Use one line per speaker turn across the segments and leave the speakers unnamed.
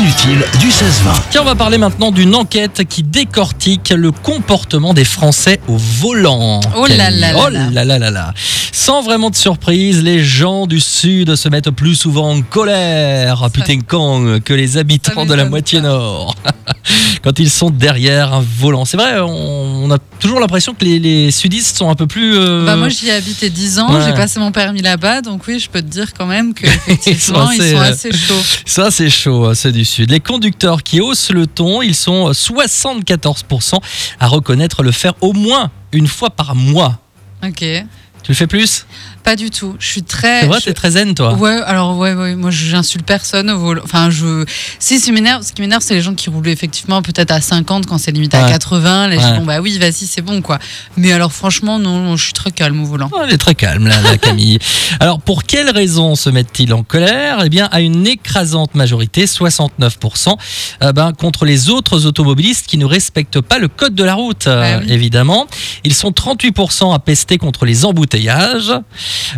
utile du 16-20.
Tiens, on va parler maintenant d'une enquête qui décortique le comportement des Français au volant.
Oh là
Camille.
là là
Oh
là.
là là là là. Sans vraiment de surprise, les gens du Sud se mettent plus souvent en colère, putain quand, que les habitants de la
m'étonne
moitié
pas.
nord. Quand ils sont derrière un volant. C'est vrai, on, on a toujours l'impression que les, les sudistes sont un peu plus... euh,
Bah moi j'y ai habité 10 ans,
ouais.
j'ai passé mon permis là-bas, donc oui je peux te dire quand même que
Ils sont
effectivement, ils
assez,
sont
euh,
assez chauds.
Ça, c'est chaud, hein, ceux du Sud. Les conducteurs qui haussent le ton, ils sont 74% à reconnaître le faire au moins une fois par mois.
Ok,
Tu le fais plus
pas du tout. Je suis très.
C'est vrai,
je-
t'es très zen, toi.
Ouais, alors ouais, ouais, moi j'insulte personne au volant. Enfin, je. Si, ce qui m'énerve, ce qui m'énerve, c'est les gens qui roulent effectivement peut-être à 50 quand c'est limite à
Ouais.
80. Là, je dis,
Ouais.
bon bah oui, vas-y, c'est bon quoi. Mais alors franchement, non, non, je suis très calme au volant.
Oh, Elle est très calme, là, la Camille. Alors, pour quelles raisons se mettent-ils en colère Eh bien, à une écrasante majorité, 69%, euh, ben, contre les autres automobilistes qui ne respectent pas le code de la route, euh,
Bah oui.
évidemment. Ils sont 38% à pester contre les embouteillages.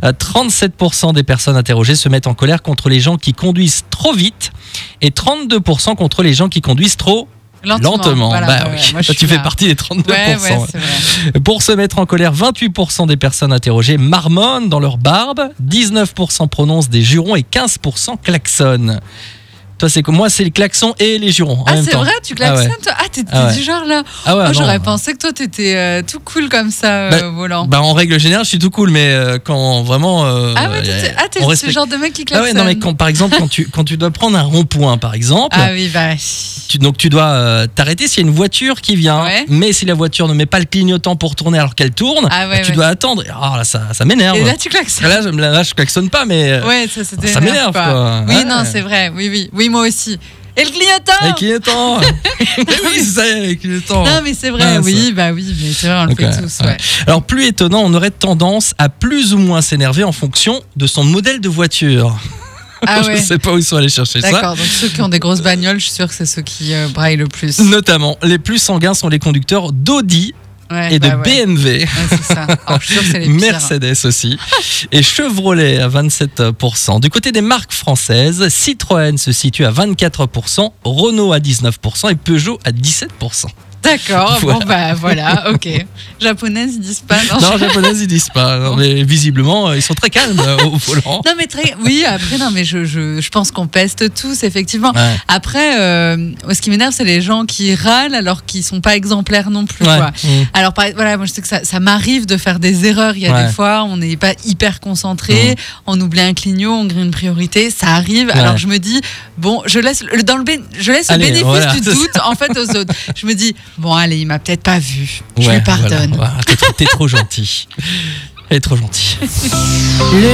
Euh, 37% des personnes interrogées se mettent en colère contre les gens qui conduisent trop vite. Et 32% contre les gens qui conduisent trop lentement.
Voilà,
bah,
ouais,
oui.
ouais, moi, je
Toi,
suis
tu fais
là.
partie des 32%.
Ouais, ouais, c'est vrai.
Pour se mettre en colère, 28% des personnes interrogées marmonnent dans leur barbe, 19% prononcent des jurons et 15% klaxonnent. Toi, c'est comme moi, c'est les klaxons et les jurons en
Ah,
même
c'est
temps.
vrai, tu
Ah ouais.
klaxonnes toi Ah, t'es t'es
Ah ouais.
du genre là.
Ah ouais,
Oh,
non.
J'aurais pensé que toi, t'étais euh, tout cool comme ça euh,
Bah,
au volant.
Bah, en règle générale, je suis tout cool, mais euh, quand vraiment. euh,
ah ouais, t'étais- ah, t'es
on
ce
respecte-
genre de mec qui
Ah
klaxonne.
ouais, non, mais quand, par exemple, quand tu, quand tu dois prendre un rond-point, par exemple,
Ah oui, bah.
tu- donc tu dois euh, t'arrêter s'il y a une voiture qui vient,
Ouais.
mais si la voiture ne met pas le clignotant pour tourner alors qu'elle tourne, bah,
Ah ouais,
tu
ouais.
dois attendre. Et, Ah là, ça, ça m'énerve.
Et là, tu klaxonnes.
Là, je, là, je klaxonne pas, mais. euh,
Ouais, ça, c'était.
Ça m'énerve, quoi.
Oui,
Ouais.
non, c'est vrai. Oui, oui. Oui, moi aussi. Et le
Et
clignotant
qui est temps Oui, c'est ça, qui est temps
Non, mais c'est vrai.
Mince.
Oui, bah oui, mais c'est vrai, on le
Donc, ouais,
fait tous.
Ah,
Ouais.
ouais. Alors, plus étonnant, on aurait tendance à plus ou moins s'énerver en fonction de son modèle de voiture.
Ah
Je
ouais.
sais pas où ils sont allés chercher ça.
D'accord, donc ceux qui ont des grosses bagnoles, je suis sûre que c'est ceux qui euh, braillent le plus.
Notamment, les plus sanguins sont les conducteurs d'Audi
Ouais,
et de
bah ouais.
BMW,
Ouais, c'est ça. Alors, je suis sûre que c'est les pires.
Mercedes aussi, et Chevrolet à 27%. Du côté des marques françaises, Citroën se situe à 24%, Renault à 19% et Peugeot à 17%.
D'accord,
Voilà.
bon, bah voilà, ok. Japonaises, ils disent pas. Non,
Non, les japonaises, ils disent pas, Non, mais visiblement, euh, ils sont très calmes euh, au volant.
Non, mais très. Oui, après, non, mais je, je, je pense qu'on peste tous, effectivement.
Ouais.
Après, euh, ce qui m'énerve, c'est les gens qui râlent alors qu'ils sont pas exemplaires non plus.
Ouais.
Quoi.
Mm.
Alors, par- voilà, moi, je sais que ça, ça m'arrive de faire des erreurs. Il y a
Ouais. Mhm.
des fois, on n'est pas hyper concentré, on oublie un clignot, on grille une priorité, ça arrive. Alors, je me dis, bon, je laisse le, dans le, bé- je laisse le
Allez,
bénéfice
voilà.
du doute, en fait, aux autres. Je me dis, bon, allez, il m'a peut-être pas vu. je
Ouais,
lui pardonne.
voilà, voilà, t'es trop- T'es trop gentil. Elle est trop gentille.
Le